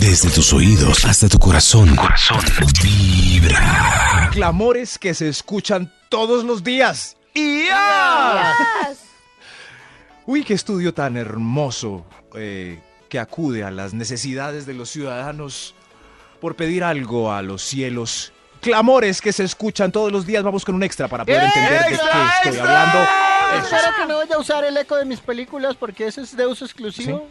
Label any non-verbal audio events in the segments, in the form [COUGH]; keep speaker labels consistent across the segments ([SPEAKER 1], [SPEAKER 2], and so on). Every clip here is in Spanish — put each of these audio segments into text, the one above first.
[SPEAKER 1] Desde tus oídos hasta tu corazón. Corazón. Vibra.
[SPEAKER 2] Clamores que se escuchan todos los días. ¡Y Uy, qué estudio tan hermoso eh, que acude a las necesidades de los ciudadanos por pedir algo a los cielos. Clamores que se escuchan todos los días. Vamos con un extra para poder entender de qué estoy hablando. Eso
[SPEAKER 3] Espero que no vaya a usar el eco de mis películas porque ese es de uso exclusivo.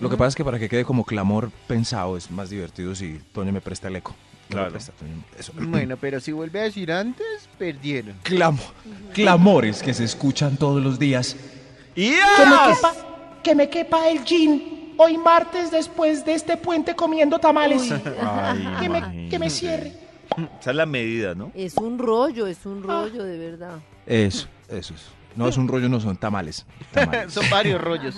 [SPEAKER 2] Lo que pasa es que para que quede como clamor pensado es más divertido si Toño me presta el eco. No me presta, Toño, eso.
[SPEAKER 3] Bueno, pero si vuelve a decir antes, perdieron.
[SPEAKER 2] Clamo- clamores que se escuchan todos los días.
[SPEAKER 4] Que me, quepa, que me quepa el jean hoy martes después de este puente comiendo tamales. que, me, que me cierre.
[SPEAKER 5] Esa es la medida, ¿no?
[SPEAKER 6] Es un rollo, es un rollo, de verdad.
[SPEAKER 2] Eso, eso es. No es un rollo, no son tamales. tamales.
[SPEAKER 3] [LAUGHS] Son varios rollos.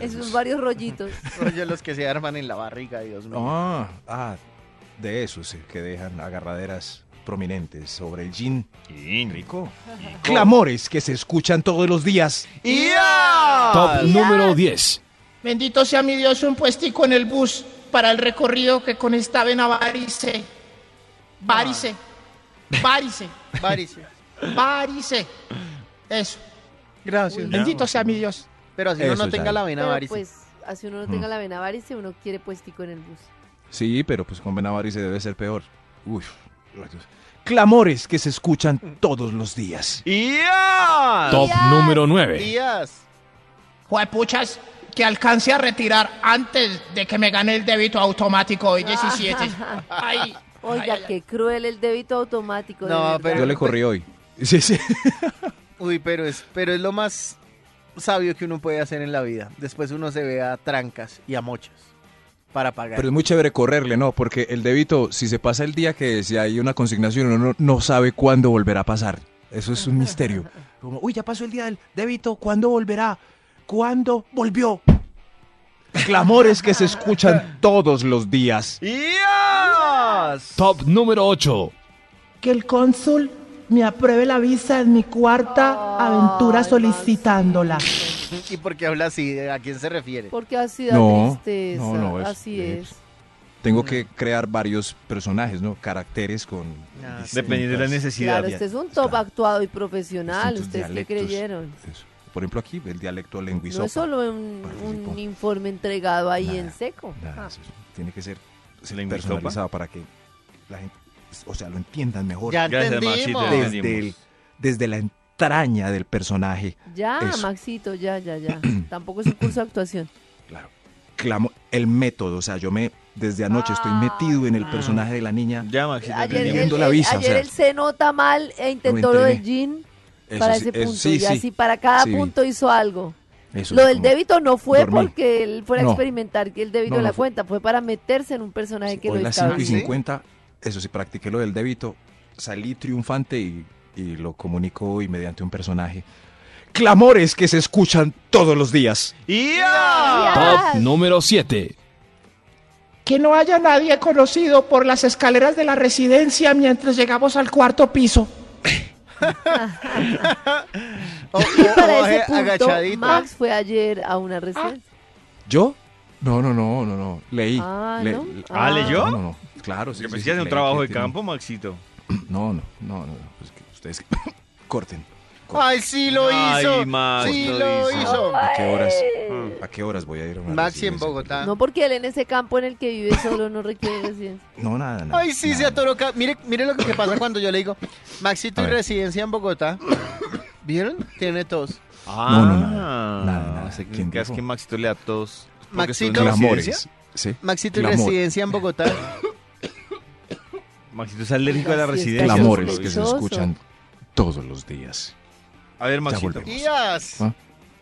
[SPEAKER 6] Esos varios rollitos.
[SPEAKER 3] rollos los que se arman en la barriga, Dios mío.
[SPEAKER 2] Ah, ah, de esos eh, que dejan agarraderas prominentes sobre el jean. Rico. Clamores que se escuchan todos los días.
[SPEAKER 3] Ah,
[SPEAKER 1] Top número 10.
[SPEAKER 4] Bendito sea mi Dios, un puestico en el bus para el recorrido que con esta vena varice. Varice. Ah. Varice.
[SPEAKER 3] Varices.
[SPEAKER 4] Varice. Eso.
[SPEAKER 3] Gracias.
[SPEAKER 4] Bendito sea mi Dios.
[SPEAKER 3] Pero así uno
[SPEAKER 2] Eso
[SPEAKER 3] no
[SPEAKER 2] es
[SPEAKER 3] tenga
[SPEAKER 2] algo.
[SPEAKER 3] la vena
[SPEAKER 6] Pero,
[SPEAKER 3] varice.
[SPEAKER 6] pues, así uno no tenga la vena varice, uno quiere puestico en el bus.
[SPEAKER 2] Sí, pero pues con Benavari se debe ser peor. Uy. Clamores que se escuchan todos los días.
[SPEAKER 1] Top número 9.
[SPEAKER 3] Días.
[SPEAKER 4] Juepuchas, que alcance a retirar antes de que me gane el débito automático hoy 17. [LAUGHS] Ay, ay,
[SPEAKER 6] Oiga,
[SPEAKER 4] ay.
[SPEAKER 6] qué cruel el débito automático. de
[SPEAKER 3] No,
[SPEAKER 6] verdad.
[SPEAKER 3] pero- pues
[SPEAKER 2] Yo le corrí hoy. Sí, sí.
[SPEAKER 3] Uy, pero es, pero es lo más sabio que uno puede hacer en la vida. Después uno se ve a trancas y a mochas para pagar.
[SPEAKER 2] Pero es muy chévere correrle, ¿no? Porque el débito, si se pasa el día que si hay una consignación, uno no, no sabe cuándo volverá a pasar. Eso es un
[SPEAKER 6] [LAUGHS]
[SPEAKER 2] misterio. Como, uy, ya pasó el día del débito, ¿cuándo volverá? ¿Cuándo volvió? Clamores que se escuchan todos los días.
[SPEAKER 1] Top número 8.
[SPEAKER 4] Que el cónsul me apruebe la visa en mi cuarta aventura solicitándola.
[SPEAKER 3] ¿Y por qué habla así? ¿A quién se refiere?
[SPEAKER 6] Porque así da
[SPEAKER 2] No,
[SPEAKER 6] tristeza.
[SPEAKER 2] no, no, es-
[SPEAKER 6] así
[SPEAKER 2] es-
[SPEAKER 6] es.
[SPEAKER 2] Tengo que crear varios personajes, ¿no? Caracteres con...
[SPEAKER 3] Ah,
[SPEAKER 2] distintas-
[SPEAKER 5] Dependiendo de la necesidad.
[SPEAKER 6] Claro, usted es un top
[SPEAKER 2] Está.
[SPEAKER 6] actuado y profesional.
[SPEAKER 2] distintos
[SPEAKER 6] ¿Ustedes qué
[SPEAKER 2] dialectos.
[SPEAKER 6] creyeron?
[SPEAKER 2] Eso. Por ejemplo, aquí el dialecto
[SPEAKER 6] No es
[SPEAKER 2] lenguizopa.
[SPEAKER 6] solo un,
[SPEAKER 2] Participó.
[SPEAKER 6] un informe entregado ahí
[SPEAKER 2] Nada,
[SPEAKER 6] en seco.
[SPEAKER 2] Nada, eso es- tiene que ser
[SPEAKER 5] ¿Se le invitó,
[SPEAKER 2] personalizado para que la gente, pues, o sea, lo entiendan mejor.
[SPEAKER 3] Ya
[SPEAKER 5] Gracias, Maxito.
[SPEAKER 3] entendimos.
[SPEAKER 2] desde, el-
[SPEAKER 5] entendimos.
[SPEAKER 2] desde la entraña del personaje.
[SPEAKER 6] Ya,
[SPEAKER 2] Eso.
[SPEAKER 6] Maxito, ya,
[SPEAKER 2] [CLEARS THROAT]
[SPEAKER 6] ya, ya. Tampoco es un curso de actuación.
[SPEAKER 2] Claro. Clamo el método, o sea, yo me desde anoche estoy metido en
[SPEAKER 6] Ah.
[SPEAKER 2] el personaje de la niña.
[SPEAKER 5] Ya, Maxito,
[SPEAKER 6] Ayer,
[SPEAKER 2] Ni
[SPEAKER 6] él,
[SPEAKER 2] viendo
[SPEAKER 5] entendimos.
[SPEAKER 2] la
[SPEAKER 6] él-
[SPEAKER 2] visa, o
[SPEAKER 6] ayer
[SPEAKER 2] sea.
[SPEAKER 6] él se nota mal e intentó lo del jean
[SPEAKER 2] Eso
[SPEAKER 6] para
[SPEAKER 2] sí,
[SPEAKER 6] ese
[SPEAKER 2] eso
[SPEAKER 6] punto.
[SPEAKER 2] sí,
[SPEAKER 6] y
[SPEAKER 2] sí,
[SPEAKER 6] así para cada
[SPEAKER 2] sí,
[SPEAKER 6] punto hizo algo.
[SPEAKER 2] eso
[SPEAKER 6] Lo
[SPEAKER 2] es
[SPEAKER 6] del
[SPEAKER 2] como-
[SPEAKER 6] débito no fue
[SPEAKER 2] dormí.
[SPEAKER 6] porque él fuera
[SPEAKER 2] No.
[SPEAKER 6] a experimentar que el débito
[SPEAKER 2] No,
[SPEAKER 6] de
[SPEAKER 2] no
[SPEAKER 6] la
[SPEAKER 2] fue.
[SPEAKER 6] cuenta, fue para meterse en un personaje que
[SPEAKER 2] Hoy
[SPEAKER 6] lo
[SPEAKER 2] las 5 y
[SPEAKER 3] ¿sí?
[SPEAKER 2] 50, eso sí, practiqué lo del débito, salí triunfante y, y lo comunico hoy mediante un personaje. Clamores que se escuchan todos los días.
[SPEAKER 1] Top número 7.
[SPEAKER 4] Que no haya nadie conocido por las escaleras de la residencia mientras llegamos al cuarto piso.
[SPEAKER 3] O-
[SPEAKER 6] Y
[SPEAKER 3] o-
[SPEAKER 6] [LAUGHS] para
[SPEAKER 3] o
[SPEAKER 6] ese
[SPEAKER 3] aje-
[SPEAKER 6] punto,
[SPEAKER 3] agachadito.
[SPEAKER 6] Max fue ayer a una residencia.
[SPEAKER 2] ¿Yo? No, no, no, no, no. Leí.
[SPEAKER 6] Ah,
[SPEAKER 2] Le-
[SPEAKER 6] ¿no?
[SPEAKER 2] le-
[SPEAKER 6] Ah,
[SPEAKER 5] ¿leyó?
[SPEAKER 2] No, no, no. Claro, sí.
[SPEAKER 5] Yo
[SPEAKER 2] sí,
[SPEAKER 5] pensé
[SPEAKER 2] sí,
[SPEAKER 5] que hacer un
[SPEAKER 2] leí,
[SPEAKER 5] trabajo
[SPEAKER 2] sí,
[SPEAKER 5] de
[SPEAKER 2] tiene-
[SPEAKER 5] campo, Maxito.
[SPEAKER 2] No, no, no, no. no, Pues que [LAUGHS] ustedes corten.
[SPEAKER 3] Ay, sí lo
[SPEAKER 5] Ay,
[SPEAKER 3] hizo.
[SPEAKER 5] Max,
[SPEAKER 3] sí
[SPEAKER 5] Ah, lo
[SPEAKER 3] lo
[SPEAKER 5] hizo. Ah.
[SPEAKER 3] hizo.
[SPEAKER 2] ¿A qué horas? ¿A qué horas voy a ir a una
[SPEAKER 3] Maxi en
[SPEAKER 2] residencia?
[SPEAKER 3] Bogotá.
[SPEAKER 6] No porque él en ese campo en el que vive solo no requiere residencia.
[SPEAKER 2] [LAUGHS] No, nada, nada.
[SPEAKER 3] Ay, sí,
[SPEAKER 2] nada.
[SPEAKER 3] se atoró. ca- Mire, mire lo que pasa cuando yo le digo, Maxito
[SPEAKER 2] A
[SPEAKER 3] y
[SPEAKER 2] ver.
[SPEAKER 3] residencia en Bogotá. ¿Vieron? Tiene tos.
[SPEAKER 5] Ah,
[SPEAKER 2] no, nada, nada, nada.
[SPEAKER 5] sé
[SPEAKER 2] ¿Quién
[SPEAKER 5] que es
[SPEAKER 2] dijo?
[SPEAKER 5] que Maxito le da todos.
[SPEAKER 3] Maxito.
[SPEAKER 2] Clamores. Sí.
[SPEAKER 3] Maxito y
[SPEAKER 2] Clamor.
[SPEAKER 3] residencia en Bogotá.
[SPEAKER 5] Maxito es alérgico a la
[SPEAKER 6] Así es,
[SPEAKER 5] residencia.
[SPEAKER 2] Clamores que se
[SPEAKER 6] Sospechoso.
[SPEAKER 2] escuchan todos los días.
[SPEAKER 5] A ver, Maxito.
[SPEAKER 2] volvemos.
[SPEAKER 3] Días.
[SPEAKER 2] Ah.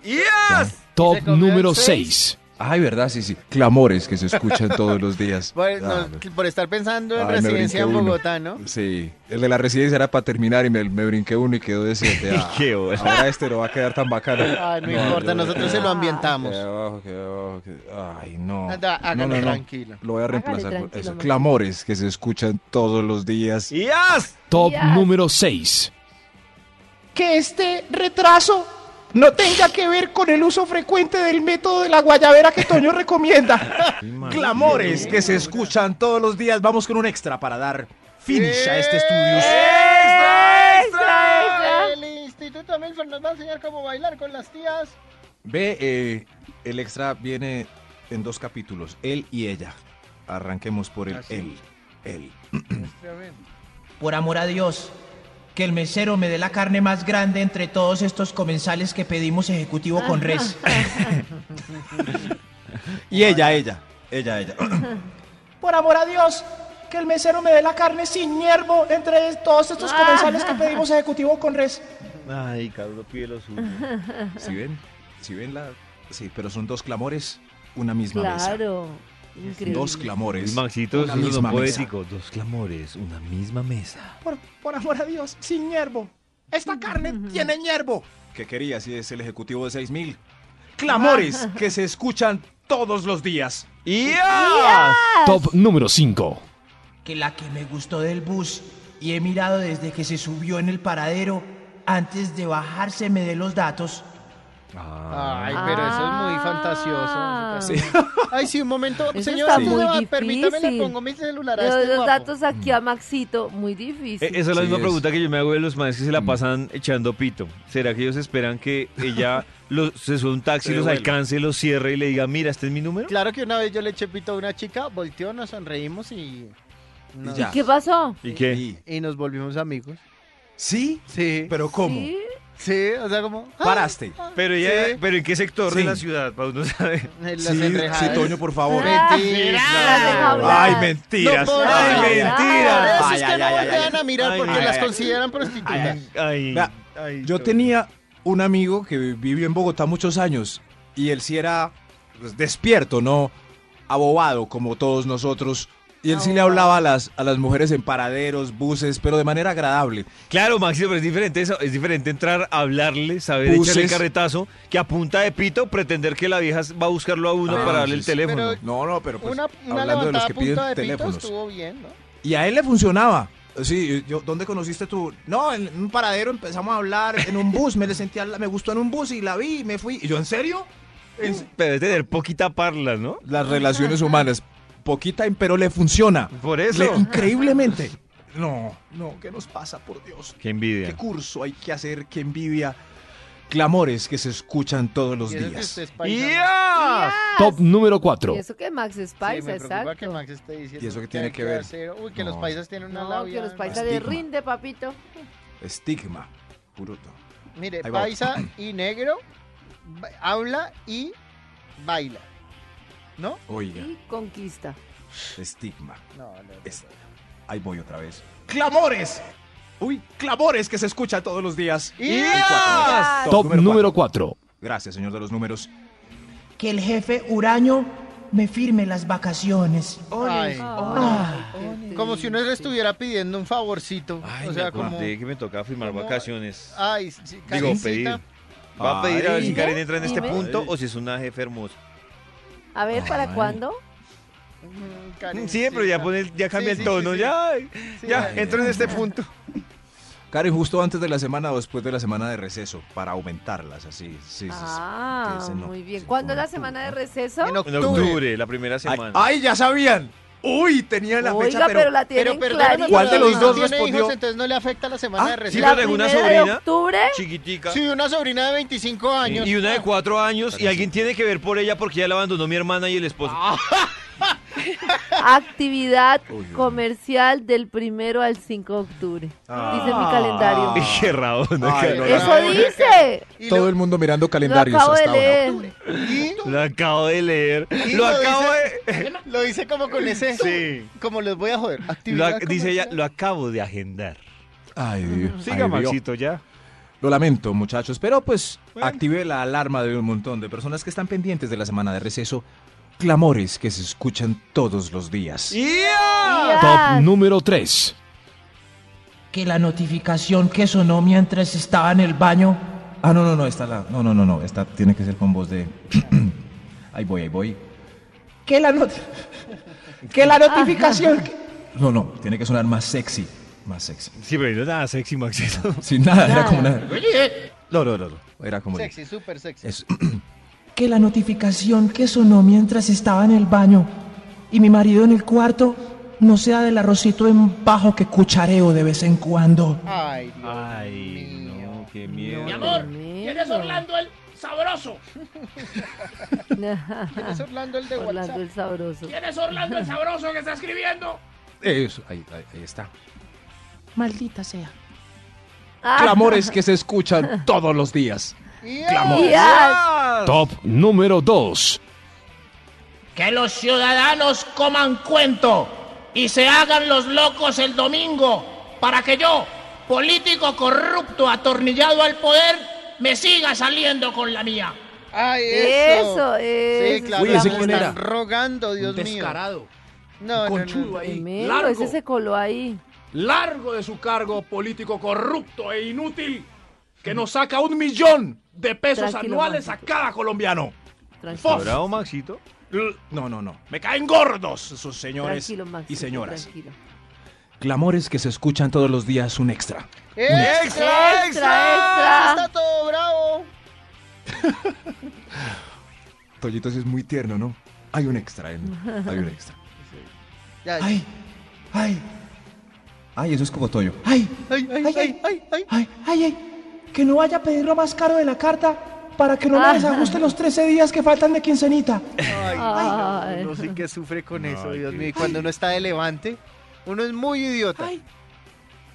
[SPEAKER 3] Días.
[SPEAKER 1] Top
[SPEAKER 3] Se comió
[SPEAKER 1] número
[SPEAKER 3] el seis.
[SPEAKER 1] 6.
[SPEAKER 2] Ay, verdad, sí, sí. Clamores que se escuchan todos los
[SPEAKER 3] [LAUGHS]
[SPEAKER 2] días.
[SPEAKER 3] Por, no,
[SPEAKER 2] Ah,
[SPEAKER 3] por estar pensando en
[SPEAKER 2] Ay, me
[SPEAKER 3] residencia en
[SPEAKER 2] brinqué uno.
[SPEAKER 3] Bogotá, ¿no?
[SPEAKER 2] Sí, el de la residencia era para terminar y me, me brinqué uno y quedó de
[SPEAKER 5] [LAUGHS]
[SPEAKER 2] siete. Ah,
[SPEAKER 5] Qué bueno.
[SPEAKER 2] Ahora este no va a quedar tan bacano.
[SPEAKER 3] [LAUGHS] Ay, Ah, no, importa,
[SPEAKER 2] yo-
[SPEAKER 3] nosotros se lo ambientamos.
[SPEAKER 2] Qué abajo, qué abajo, qué- Ay, no.
[SPEAKER 3] Anda, hágalo
[SPEAKER 2] No, no, no.
[SPEAKER 3] tranquilo.
[SPEAKER 2] Lo voy a
[SPEAKER 6] Hágale
[SPEAKER 2] reemplazar por
[SPEAKER 6] tranquilo,
[SPEAKER 2] eso.
[SPEAKER 6] Maxi.
[SPEAKER 2] Clamores que se escuchan todos los días.
[SPEAKER 5] ¡Yas!
[SPEAKER 1] Top
[SPEAKER 6] Ya.
[SPEAKER 1] número 6.
[SPEAKER 4] Que este retraso no tenga que ver con el uso frecuente del método de la guayabera que Toño
[SPEAKER 2] [LAUGHS]
[SPEAKER 4] recomienda.
[SPEAKER 2] Clamores que se escuchan todos los días. Vamos con un extra para dar finish a este estudio.
[SPEAKER 3] Ah, El Instituto Milford nos va a enseñar cómo bailar con las tías.
[SPEAKER 2] Ve, eh, el extra viene en dos capítulos, él y ella. Arranquemos por el
[SPEAKER 3] Ah, sí.
[SPEAKER 2] él. Él.
[SPEAKER 7] Por amor a Dios, que el mesero me dé la carne más grande entre todos estos comensales que pedimos ejecutivo con res.
[SPEAKER 2] Y ella, ella. Ella, [CLEARS THROAT] ella.
[SPEAKER 4] [CLEARS THROAT] Por amor a Dios, que el mesero me dé la carne sin hiervo entre todos estos
[SPEAKER 2] Ah.
[SPEAKER 4] comensales que pedimos ejecutivo con res.
[SPEAKER 5] Ay, cabrón, pide lo suyo.
[SPEAKER 2] ¿Sí ven? ¿Sí ven la.? Sí, pero son dos clamores, una misma mesa.
[SPEAKER 6] Claro. Increíble.
[SPEAKER 2] Dos clamores.
[SPEAKER 5] Maxito,
[SPEAKER 2] una
[SPEAKER 5] eso es
[SPEAKER 2] misma
[SPEAKER 5] lo
[SPEAKER 2] mesa.
[SPEAKER 5] poético. Dos clamores, una misma mesa.
[SPEAKER 4] Por, por amor a Dios, sin hiervo.
[SPEAKER 2] Esta carne tiene hierbo. ¿Qué quería si es el ejecutivo de 6000?
[SPEAKER 3] Ah.
[SPEAKER 2] Clamores que se escuchan todos los días. ¡Y
[SPEAKER 1] Top número 5.
[SPEAKER 7] Que la que me gustó del bus y he mirado desde que se subió en el paradero, antes de bajarse me dé los datos.
[SPEAKER 3] Ay, pero eso es muy
[SPEAKER 6] Ah.
[SPEAKER 3] fantasioso. Ay, sí, un momento.
[SPEAKER 6] Eso
[SPEAKER 3] Señora,
[SPEAKER 6] está
[SPEAKER 3] ¿cómo
[SPEAKER 6] muy
[SPEAKER 3] le va? permítame, le
[SPEAKER 6] difícil.
[SPEAKER 3] pongo mi celular a
[SPEAKER 6] Los,
[SPEAKER 3] este
[SPEAKER 6] los
[SPEAKER 3] guapo.
[SPEAKER 6] datos aquí a Maxito, muy difícil.
[SPEAKER 5] Eh, Esa es la
[SPEAKER 2] Sí,
[SPEAKER 5] misma
[SPEAKER 2] es.
[SPEAKER 5] pregunta que yo me hago de los manes que se la
[SPEAKER 2] Mm.
[SPEAKER 5] pasan echando pito. ¿Será que ellos esperan que
[SPEAKER 2] [LAUGHS]
[SPEAKER 5] ella los, se suba un taxi,
[SPEAKER 2] Se
[SPEAKER 5] los
[SPEAKER 2] devuelva.
[SPEAKER 5] alcance, los cierre y le diga, mira, este es mi número?
[SPEAKER 3] Claro que una vez yo le eché pito a una chica, volteó, nos sonreímos y... nos-
[SPEAKER 2] ya.
[SPEAKER 6] ¿Qué pasó?
[SPEAKER 5] ¿Y qué?
[SPEAKER 2] Y-
[SPEAKER 3] Y nos volvimos amigos.
[SPEAKER 2] ¿Sí?
[SPEAKER 3] Sí.
[SPEAKER 2] ¿Pero cómo?
[SPEAKER 6] ¿Sí?
[SPEAKER 3] Sí, o sea, como... ah,
[SPEAKER 2] Paraste.
[SPEAKER 5] Pero ella,
[SPEAKER 3] Sí.
[SPEAKER 5] pero ¿en qué sector
[SPEAKER 2] Sí.
[SPEAKER 5] de la ciudad? Para uno saber.
[SPEAKER 3] en
[SPEAKER 2] Sí,
[SPEAKER 3] las
[SPEAKER 2] sí,
[SPEAKER 3] enrejadas.
[SPEAKER 2] Toño, por favor.
[SPEAKER 3] Mentira.
[SPEAKER 6] Ah, no.
[SPEAKER 2] Ay, mentiras.
[SPEAKER 3] No, por
[SPEAKER 5] Ay,
[SPEAKER 3] favor.
[SPEAKER 5] mentiras.
[SPEAKER 3] Por
[SPEAKER 2] Ay,
[SPEAKER 3] eso
[SPEAKER 2] ay,
[SPEAKER 3] es Ah, que no
[SPEAKER 2] ay,
[SPEAKER 3] voltean
[SPEAKER 2] ay.
[SPEAKER 3] a mirar
[SPEAKER 5] Ay,
[SPEAKER 3] porque
[SPEAKER 5] ay,
[SPEAKER 3] las
[SPEAKER 2] ay.
[SPEAKER 3] consideran prostitutas.
[SPEAKER 5] Ay,
[SPEAKER 2] Vea,
[SPEAKER 3] Ah.
[SPEAKER 5] ay,
[SPEAKER 2] Yo
[SPEAKER 5] no.
[SPEAKER 2] tenía un amigo que vivió en Bogotá muchos años y él sí era pues, despierto, no abobado como todos nosotros. Y él sí le hablaba a las, a las mujeres en paraderos, buses, pero de manera agradable.
[SPEAKER 5] Claro, Maxito, pero es diferente eso. Es diferente entrar, hablarle, saber
[SPEAKER 2] Buses.
[SPEAKER 5] echarle el carretazo, que a punta de pito pretender que la vieja va a buscarlo a uno
[SPEAKER 2] Ah,
[SPEAKER 5] para darle
[SPEAKER 2] sí,
[SPEAKER 5] el
[SPEAKER 2] sí.
[SPEAKER 5] teléfono.
[SPEAKER 3] Pero-
[SPEAKER 2] No, no, pero pues,
[SPEAKER 3] Una, una
[SPEAKER 2] hablando de los
[SPEAKER 3] levantada
[SPEAKER 2] que piden
[SPEAKER 3] punta de pito
[SPEAKER 2] teléfonos.
[SPEAKER 3] estuvo bien, ¿no?
[SPEAKER 2] Y a él le funcionaba. Sí, yo, ¿dónde conociste tú? No, en un paradero empezamos a hablar, en un bus, me le sentí, al- me gustó en un bus y la vi y me fui. ¿Y yo, en serio?
[SPEAKER 5] Es- pero es tener poquita parla, ¿no?
[SPEAKER 2] Las relaciones humanas, poquita, pero le funciona.
[SPEAKER 5] Por eso.
[SPEAKER 2] Le- increíblemente. [LAUGHS] No, no, ¿qué nos pasa, por Dios?
[SPEAKER 5] Qué
[SPEAKER 2] ¿Qué
[SPEAKER 5] envidia.
[SPEAKER 2] curso hay que hacer? ¿Qué envidia? Clamores que se escuchan todos los
[SPEAKER 3] Y eso que
[SPEAKER 2] días.
[SPEAKER 3] usted es paisa,
[SPEAKER 1] Top número 4.
[SPEAKER 6] Y eso que Max es
[SPEAKER 3] ¿no? Sí,
[SPEAKER 6] paisa,
[SPEAKER 3] me preocupa
[SPEAKER 6] exacto.
[SPEAKER 3] que Max esté diciendo
[SPEAKER 2] ¿Y eso qué tiene
[SPEAKER 3] hay
[SPEAKER 2] que ver?
[SPEAKER 3] hacer- Uy, que los
[SPEAKER 2] No.
[SPEAKER 3] paisas tienen una
[SPEAKER 6] No,
[SPEAKER 3] labia.
[SPEAKER 6] que los paisas le
[SPEAKER 2] Estigma.
[SPEAKER 6] rinde, papito.
[SPEAKER 2] Estigma. Puro- no.
[SPEAKER 3] Mire,
[SPEAKER 2] Ahí va
[SPEAKER 3] paisa y negro ba- habla y baila. ¿No?
[SPEAKER 2] Oiga,
[SPEAKER 6] Y conquista.
[SPEAKER 2] estigma.
[SPEAKER 3] No, no. no.
[SPEAKER 2] Es- Ahí voy otra vez. ¡Clamores! Uy, clamores que se escucha todos los días. El
[SPEAKER 3] ¡Yes!
[SPEAKER 2] cuatro.
[SPEAKER 1] Top número
[SPEAKER 2] cuatro.
[SPEAKER 1] 4.
[SPEAKER 2] Gracias, señor de los números.
[SPEAKER 7] Que el jefe Uraño me firme las vacaciones.
[SPEAKER 3] Ay,
[SPEAKER 7] Ah.
[SPEAKER 3] como si uno le estuviera pidiendo un favorcito. o sea, Ah, como.
[SPEAKER 5] que me tocaba firmar
[SPEAKER 3] como-
[SPEAKER 5] vacaciones.
[SPEAKER 3] Ay, sí,
[SPEAKER 5] Digo,
[SPEAKER 3] Karencita.
[SPEAKER 5] pedir. Va a pedir a ver si
[SPEAKER 6] Ay.
[SPEAKER 5] Karen entra en este
[SPEAKER 6] Dime.
[SPEAKER 5] punto o si es una jefe hermosa.
[SPEAKER 6] A ver, ¿para cuándo?
[SPEAKER 3] Mm,
[SPEAKER 5] Sí, pero
[SPEAKER 3] Karencita.
[SPEAKER 5] ya, pone, ya cambia
[SPEAKER 3] Sí,
[SPEAKER 5] el
[SPEAKER 3] sí,
[SPEAKER 5] tono.
[SPEAKER 3] sí, sí.
[SPEAKER 5] ya
[SPEAKER 3] Sí,
[SPEAKER 5] ya
[SPEAKER 3] ay.
[SPEAKER 5] entra en este punto.
[SPEAKER 2] Karen, justo antes de la semana o después de la semana de receso, para aumentarlas, así. Sí, sí, sí.
[SPEAKER 6] Ah,
[SPEAKER 2] Ese no.
[SPEAKER 6] muy bien.
[SPEAKER 2] Sí,
[SPEAKER 6] ¿Cuándo es
[SPEAKER 2] como
[SPEAKER 6] la
[SPEAKER 2] tú,
[SPEAKER 6] semana de
[SPEAKER 2] ¿no?
[SPEAKER 6] receso?
[SPEAKER 3] En
[SPEAKER 5] En
[SPEAKER 3] octubre.
[SPEAKER 5] octubre, la primera
[SPEAKER 2] Ay,
[SPEAKER 5] semana.
[SPEAKER 2] ay, ya sabían. Uy, tenían la fecha,
[SPEAKER 6] Oiga,
[SPEAKER 2] pero,
[SPEAKER 6] pero la tienen
[SPEAKER 3] Pero perdóneme,
[SPEAKER 6] clarita.
[SPEAKER 2] ¿Cuál de
[SPEAKER 3] pero
[SPEAKER 2] los
[SPEAKER 3] no
[SPEAKER 2] dos
[SPEAKER 3] tiene
[SPEAKER 2] respondió?
[SPEAKER 3] hijos, entonces no le afecta la semana
[SPEAKER 2] Ah,
[SPEAKER 3] de
[SPEAKER 5] sí,
[SPEAKER 3] receso.
[SPEAKER 6] La
[SPEAKER 5] pero tengo una
[SPEAKER 6] primera de
[SPEAKER 5] sobrina.
[SPEAKER 6] octubre.
[SPEAKER 5] Chiquitica.
[SPEAKER 3] Sí, una sobrina de 25 años.
[SPEAKER 5] Y una de cuatro años y alguien tiene que ver por ella porque ya la abandonó mi hermana y el esposo.
[SPEAKER 3] Ah.
[SPEAKER 6] Actividad
[SPEAKER 2] Uy, uy, uy.
[SPEAKER 6] comercial del primero al 5 de octubre. Dice mi calendario.
[SPEAKER 2] Ah.
[SPEAKER 5] [LAUGHS] Qué raro, ¿no?
[SPEAKER 2] Ay, no,
[SPEAKER 6] Eso
[SPEAKER 3] Ah,
[SPEAKER 6] dice.
[SPEAKER 3] Y
[SPEAKER 2] Todo
[SPEAKER 3] lo-
[SPEAKER 2] el mundo mirando
[SPEAKER 6] Lo
[SPEAKER 2] calendarios
[SPEAKER 6] acabo de
[SPEAKER 2] hasta ahora.
[SPEAKER 6] leer.
[SPEAKER 3] y-
[SPEAKER 5] Lo acabo de leer.
[SPEAKER 3] Y
[SPEAKER 5] Lo
[SPEAKER 3] lo
[SPEAKER 5] acabo de.
[SPEAKER 3] Lo dice como con ese.
[SPEAKER 5] Sí.
[SPEAKER 3] Como los voy a joder.
[SPEAKER 5] Lo
[SPEAKER 3] Actividad
[SPEAKER 5] ac- dice ella,
[SPEAKER 3] comercial.
[SPEAKER 5] lo acabo de agendar.
[SPEAKER 2] Ay, Dios.
[SPEAKER 5] Siga,
[SPEAKER 2] Ay, Dios.
[SPEAKER 5] Maxito, ya.
[SPEAKER 2] Lo lamento, muchachos, pero pues active la alarma de un montón de personas que están pendientes de la semana de receso. Clamores que se escuchan todos los días.
[SPEAKER 1] Top número 3.
[SPEAKER 7] Que la notificación que sonó mientras estaba en el baño.
[SPEAKER 2] Ah, no, no, no, esta la. No, no, no, no. Esta tiene que ser con voz de. [CLEARS THROAT] ahí voy, ahí voy.
[SPEAKER 4] Que la, not- [LAUGHS] que la notificación... que-
[SPEAKER 2] No, no, tiene que sonar más sexy. Más sexy.
[SPEAKER 5] Sí, pero no es nada sexy, Maxito.
[SPEAKER 2] Sin nada, era como una. No, no, no, no. Era como...
[SPEAKER 3] Sexy, súper sexy.
[SPEAKER 2] Es-
[SPEAKER 7] que la notificación que sonó mientras estaba en el baño y mi marido en el cuarto no sea del arrocito en bajo que cuchareo de vez en cuando.
[SPEAKER 3] Ay, Dios
[SPEAKER 5] Ah. Ay,
[SPEAKER 3] mío.
[SPEAKER 5] no, qué miedo.
[SPEAKER 4] Mi amor,
[SPEAKER 6] Tremendo.
[SPEAKER 4] ¿quién es Orlando el sabroso?
[SPEAKER 3] ¿Quién es Orlando el de
[SPEAKER 6] Orlando el
[SPEAKER 3] WhatsApp?
[SPEAKER 6] sabroso.
[SPEAKER 4] ¿Quién es Orlando el sabroso que está escribiendo?
[SPEAKER 2] Eso, ahí, ahí- ahí está.
[SPEAKER 4] Maldita sea.
[SPEAKER 6] Ah,
[SPEAKER 2] Clamores que se escuchan todos los días.
[SPEAKER 3] ¡Ya!
[SPEAKER 2] Clamores.
[SPEAKER 6] ya.
[SPEAKER 1] Top número 2.
[SPEAKER 7] Que los ciudadanos coman cuento y se hagan los locos el domingo para que yo, político corrupto atornillado al poder, me siga saliendo con la mía.
[SPEAKER 3] ¡Ay, eso!
[SPEAKER 6] Eso,
[SPEAKER 3] Sí,
[SPEAKER 6] eso.
[SPEAKER 3] claro,
[SPEAKER 2] Uy, ese
[SPEAKER 3] me
[SPEAKER 2] quién
[SPEAKER 3] están
[SPEAKER 2] era.
[SPEAKER 3] rogando, Dios mío.
[SPEAKER 8] Descarado,
[SPEAKER 3] No, no, no,
[SPEAKER 8] conchudo
[SPEAKER 3] no.
[SPEAKER 8] ahí,
[SPEAKER 6] Tremendo,
[SPEAKER 8] largo,
[SPEAKER 6] ese se coló ahí.
[SPEAKER 8] largo de su cargo político corrupto e inútil que nos saca un millón de pesos
[SPEAKER 6] Tranquilo,
[SPEAKER 8] anuales a
[SPEAKER 6] Maxito.
[SPEAKER 8] cada colombiano.
[SPEAKER 6] Tranquilo.
[SPEAKER 5] ¿Bravo, Maxito?
[SPEAKER 8] L-
[SPEAKER 2] No, no, no.
[SPEAKER 8] Me caen gordos esos señores
[SPEAKER 6] Tranquilo, Max.
[SPEAKER 8] y señoras.
[SPEAKER 6] Tranquilo.
[SPEAKER 2] Clamores que se escuchan todos los días, un extra.
[SPEAKER 3] ¡Extra,
[SPEAKER 6] Extra,
[SPEAKER 3] extra!
[SPEAKER 6] extra.
[SPEAKER 3] ¡Está todo bravo!
[SPEAKER 2] Toyito sí es muy tierno, ¿no? Hay un extra, ¿eh? hay un extra.
[SPEAKER 3] Ya, ya.
[SPEAKER 7] Ay, ay,
[SPEAKER 2] Ay, eso es como Toyo.
[SPEAKER 7] ay,
[SPEAKER 3] ay, ay, ay, ay, ay.
[SPEAKER 7] ay, ay, ay, que no vaya a pedir lo más caro de la carta para [LAUGHS] que no me
[SPEAKER 6] Ah.
[SPEAKER 7] desajuste los 13 días que faltan de quincenita.
[SPEAKER 3] Ay,
[SPEAKER 6] Ay.
[SPEAKER 3] no, uno sí que sufre con eso,
[SPEAKER 5] Ay,
[SPEAKER 3] Dios
[SPEAKER 5] qué
[SPEAKER 3] mío. Y cuando uno está de levante, uno es muy idiota.
[SPEAKER 7] Ay.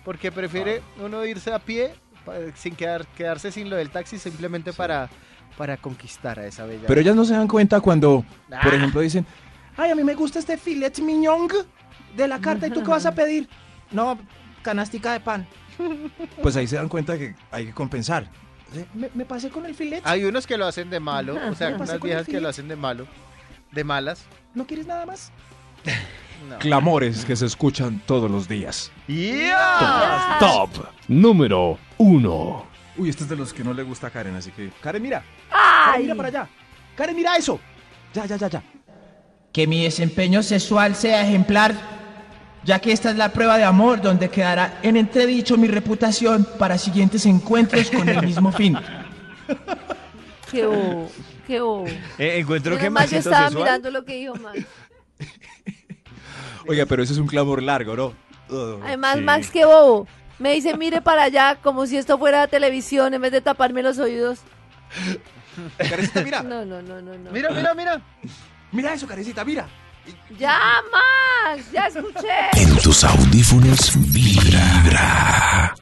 [SPEAKER 3] Porque prefiere uno irse a pie pa- sin quedar, quedarse sin lo del taxi simplemente para, para conquistar a esa bella.
[SPEAKER 2] Pero ellas no se dan cuenta cuando, por
[SPEAKER 3] Ah.
[SPEAKER 2] ejemplo, dicen,
[SPEAKER 7] Ay, a mí me gusta este filet mignon de la carta. ¿Y tú qué vas a pedir? No, canastica de pan.
[SPEAKER 2] pues ahí se dan cuenta que hay que compensar.
[SPEAKER 7] Me, me pasé con el filet.
[SPEAKER 3] Hay unos que lo hacen de malo, o sea,
[SPEAKER 7] ¿Qué pasó
[SPEAKER 3] unas
[SPEAKER 7] con
[SPEAKER 3] viejas
[SPEAKER 7] el
[SPEAKER 3] que lo
[SPEAKER 7] filete?
[SPEAKER 3] hacen de malo, de malas.
[SPEAKER 7] ¿No quieres nada más?
[SPEAKER 3] No.
[SPEAKER 2] Clamores que se escuchan todos los días.
[SPEAKER 6] Ah,
[SPEAKER 1] Top número 1.
[SPEAKER 2] Uy, este es de los que no le gusta a Karen, así que... Karen, mira.
[SPEAKER 6] ay.
[SPEAKER 2] Mira para allá. Karen, mira eso. Ya, ya, ya, ya.
[SPEAKER 7] Que mi desempeño sexual sea ejemplar, ya que esta es la prueba de amor donde quedará en entredicho mi reputación para siguientes encuentros con el mismo fin.
[SPEAKER 6] Qué bobo. Qué bobo.
[SPEAKER 5] Eh, encuentro
[SPEAKER 6] Menos
[SPEAKER 5] que
[SPEAKER 6] mal yo
[SPEAKER 5] Maxito
[SPEAKER 6] estaba
[SPEAKER 5] sexual.
[SPEAKER 6] mirando lo que dijo Max.
[SPEAKER 2] Oiga, pero ese es un clamor largo, ¿no? Uh,
[SPEAKER 6] Además,
[SPEAKER 5] Sí.
[SPEAKER 6] Max, qué bobo. Me dice, mire para allá, como si esto fuera televisión, en vez de taparme los oídos.
[SPEAKER 2] Karencita, mira.
[SPEAKER 6] No, no, no, no, no.
[SPEAKER 3] Mira, mira, mira.
[SPEAKER 2] Mira eso, Karencita, mira.
[SPEAKER 6] Ya, Max, ya escuché.
[SPEAKER 1] En tus audífonos vibra.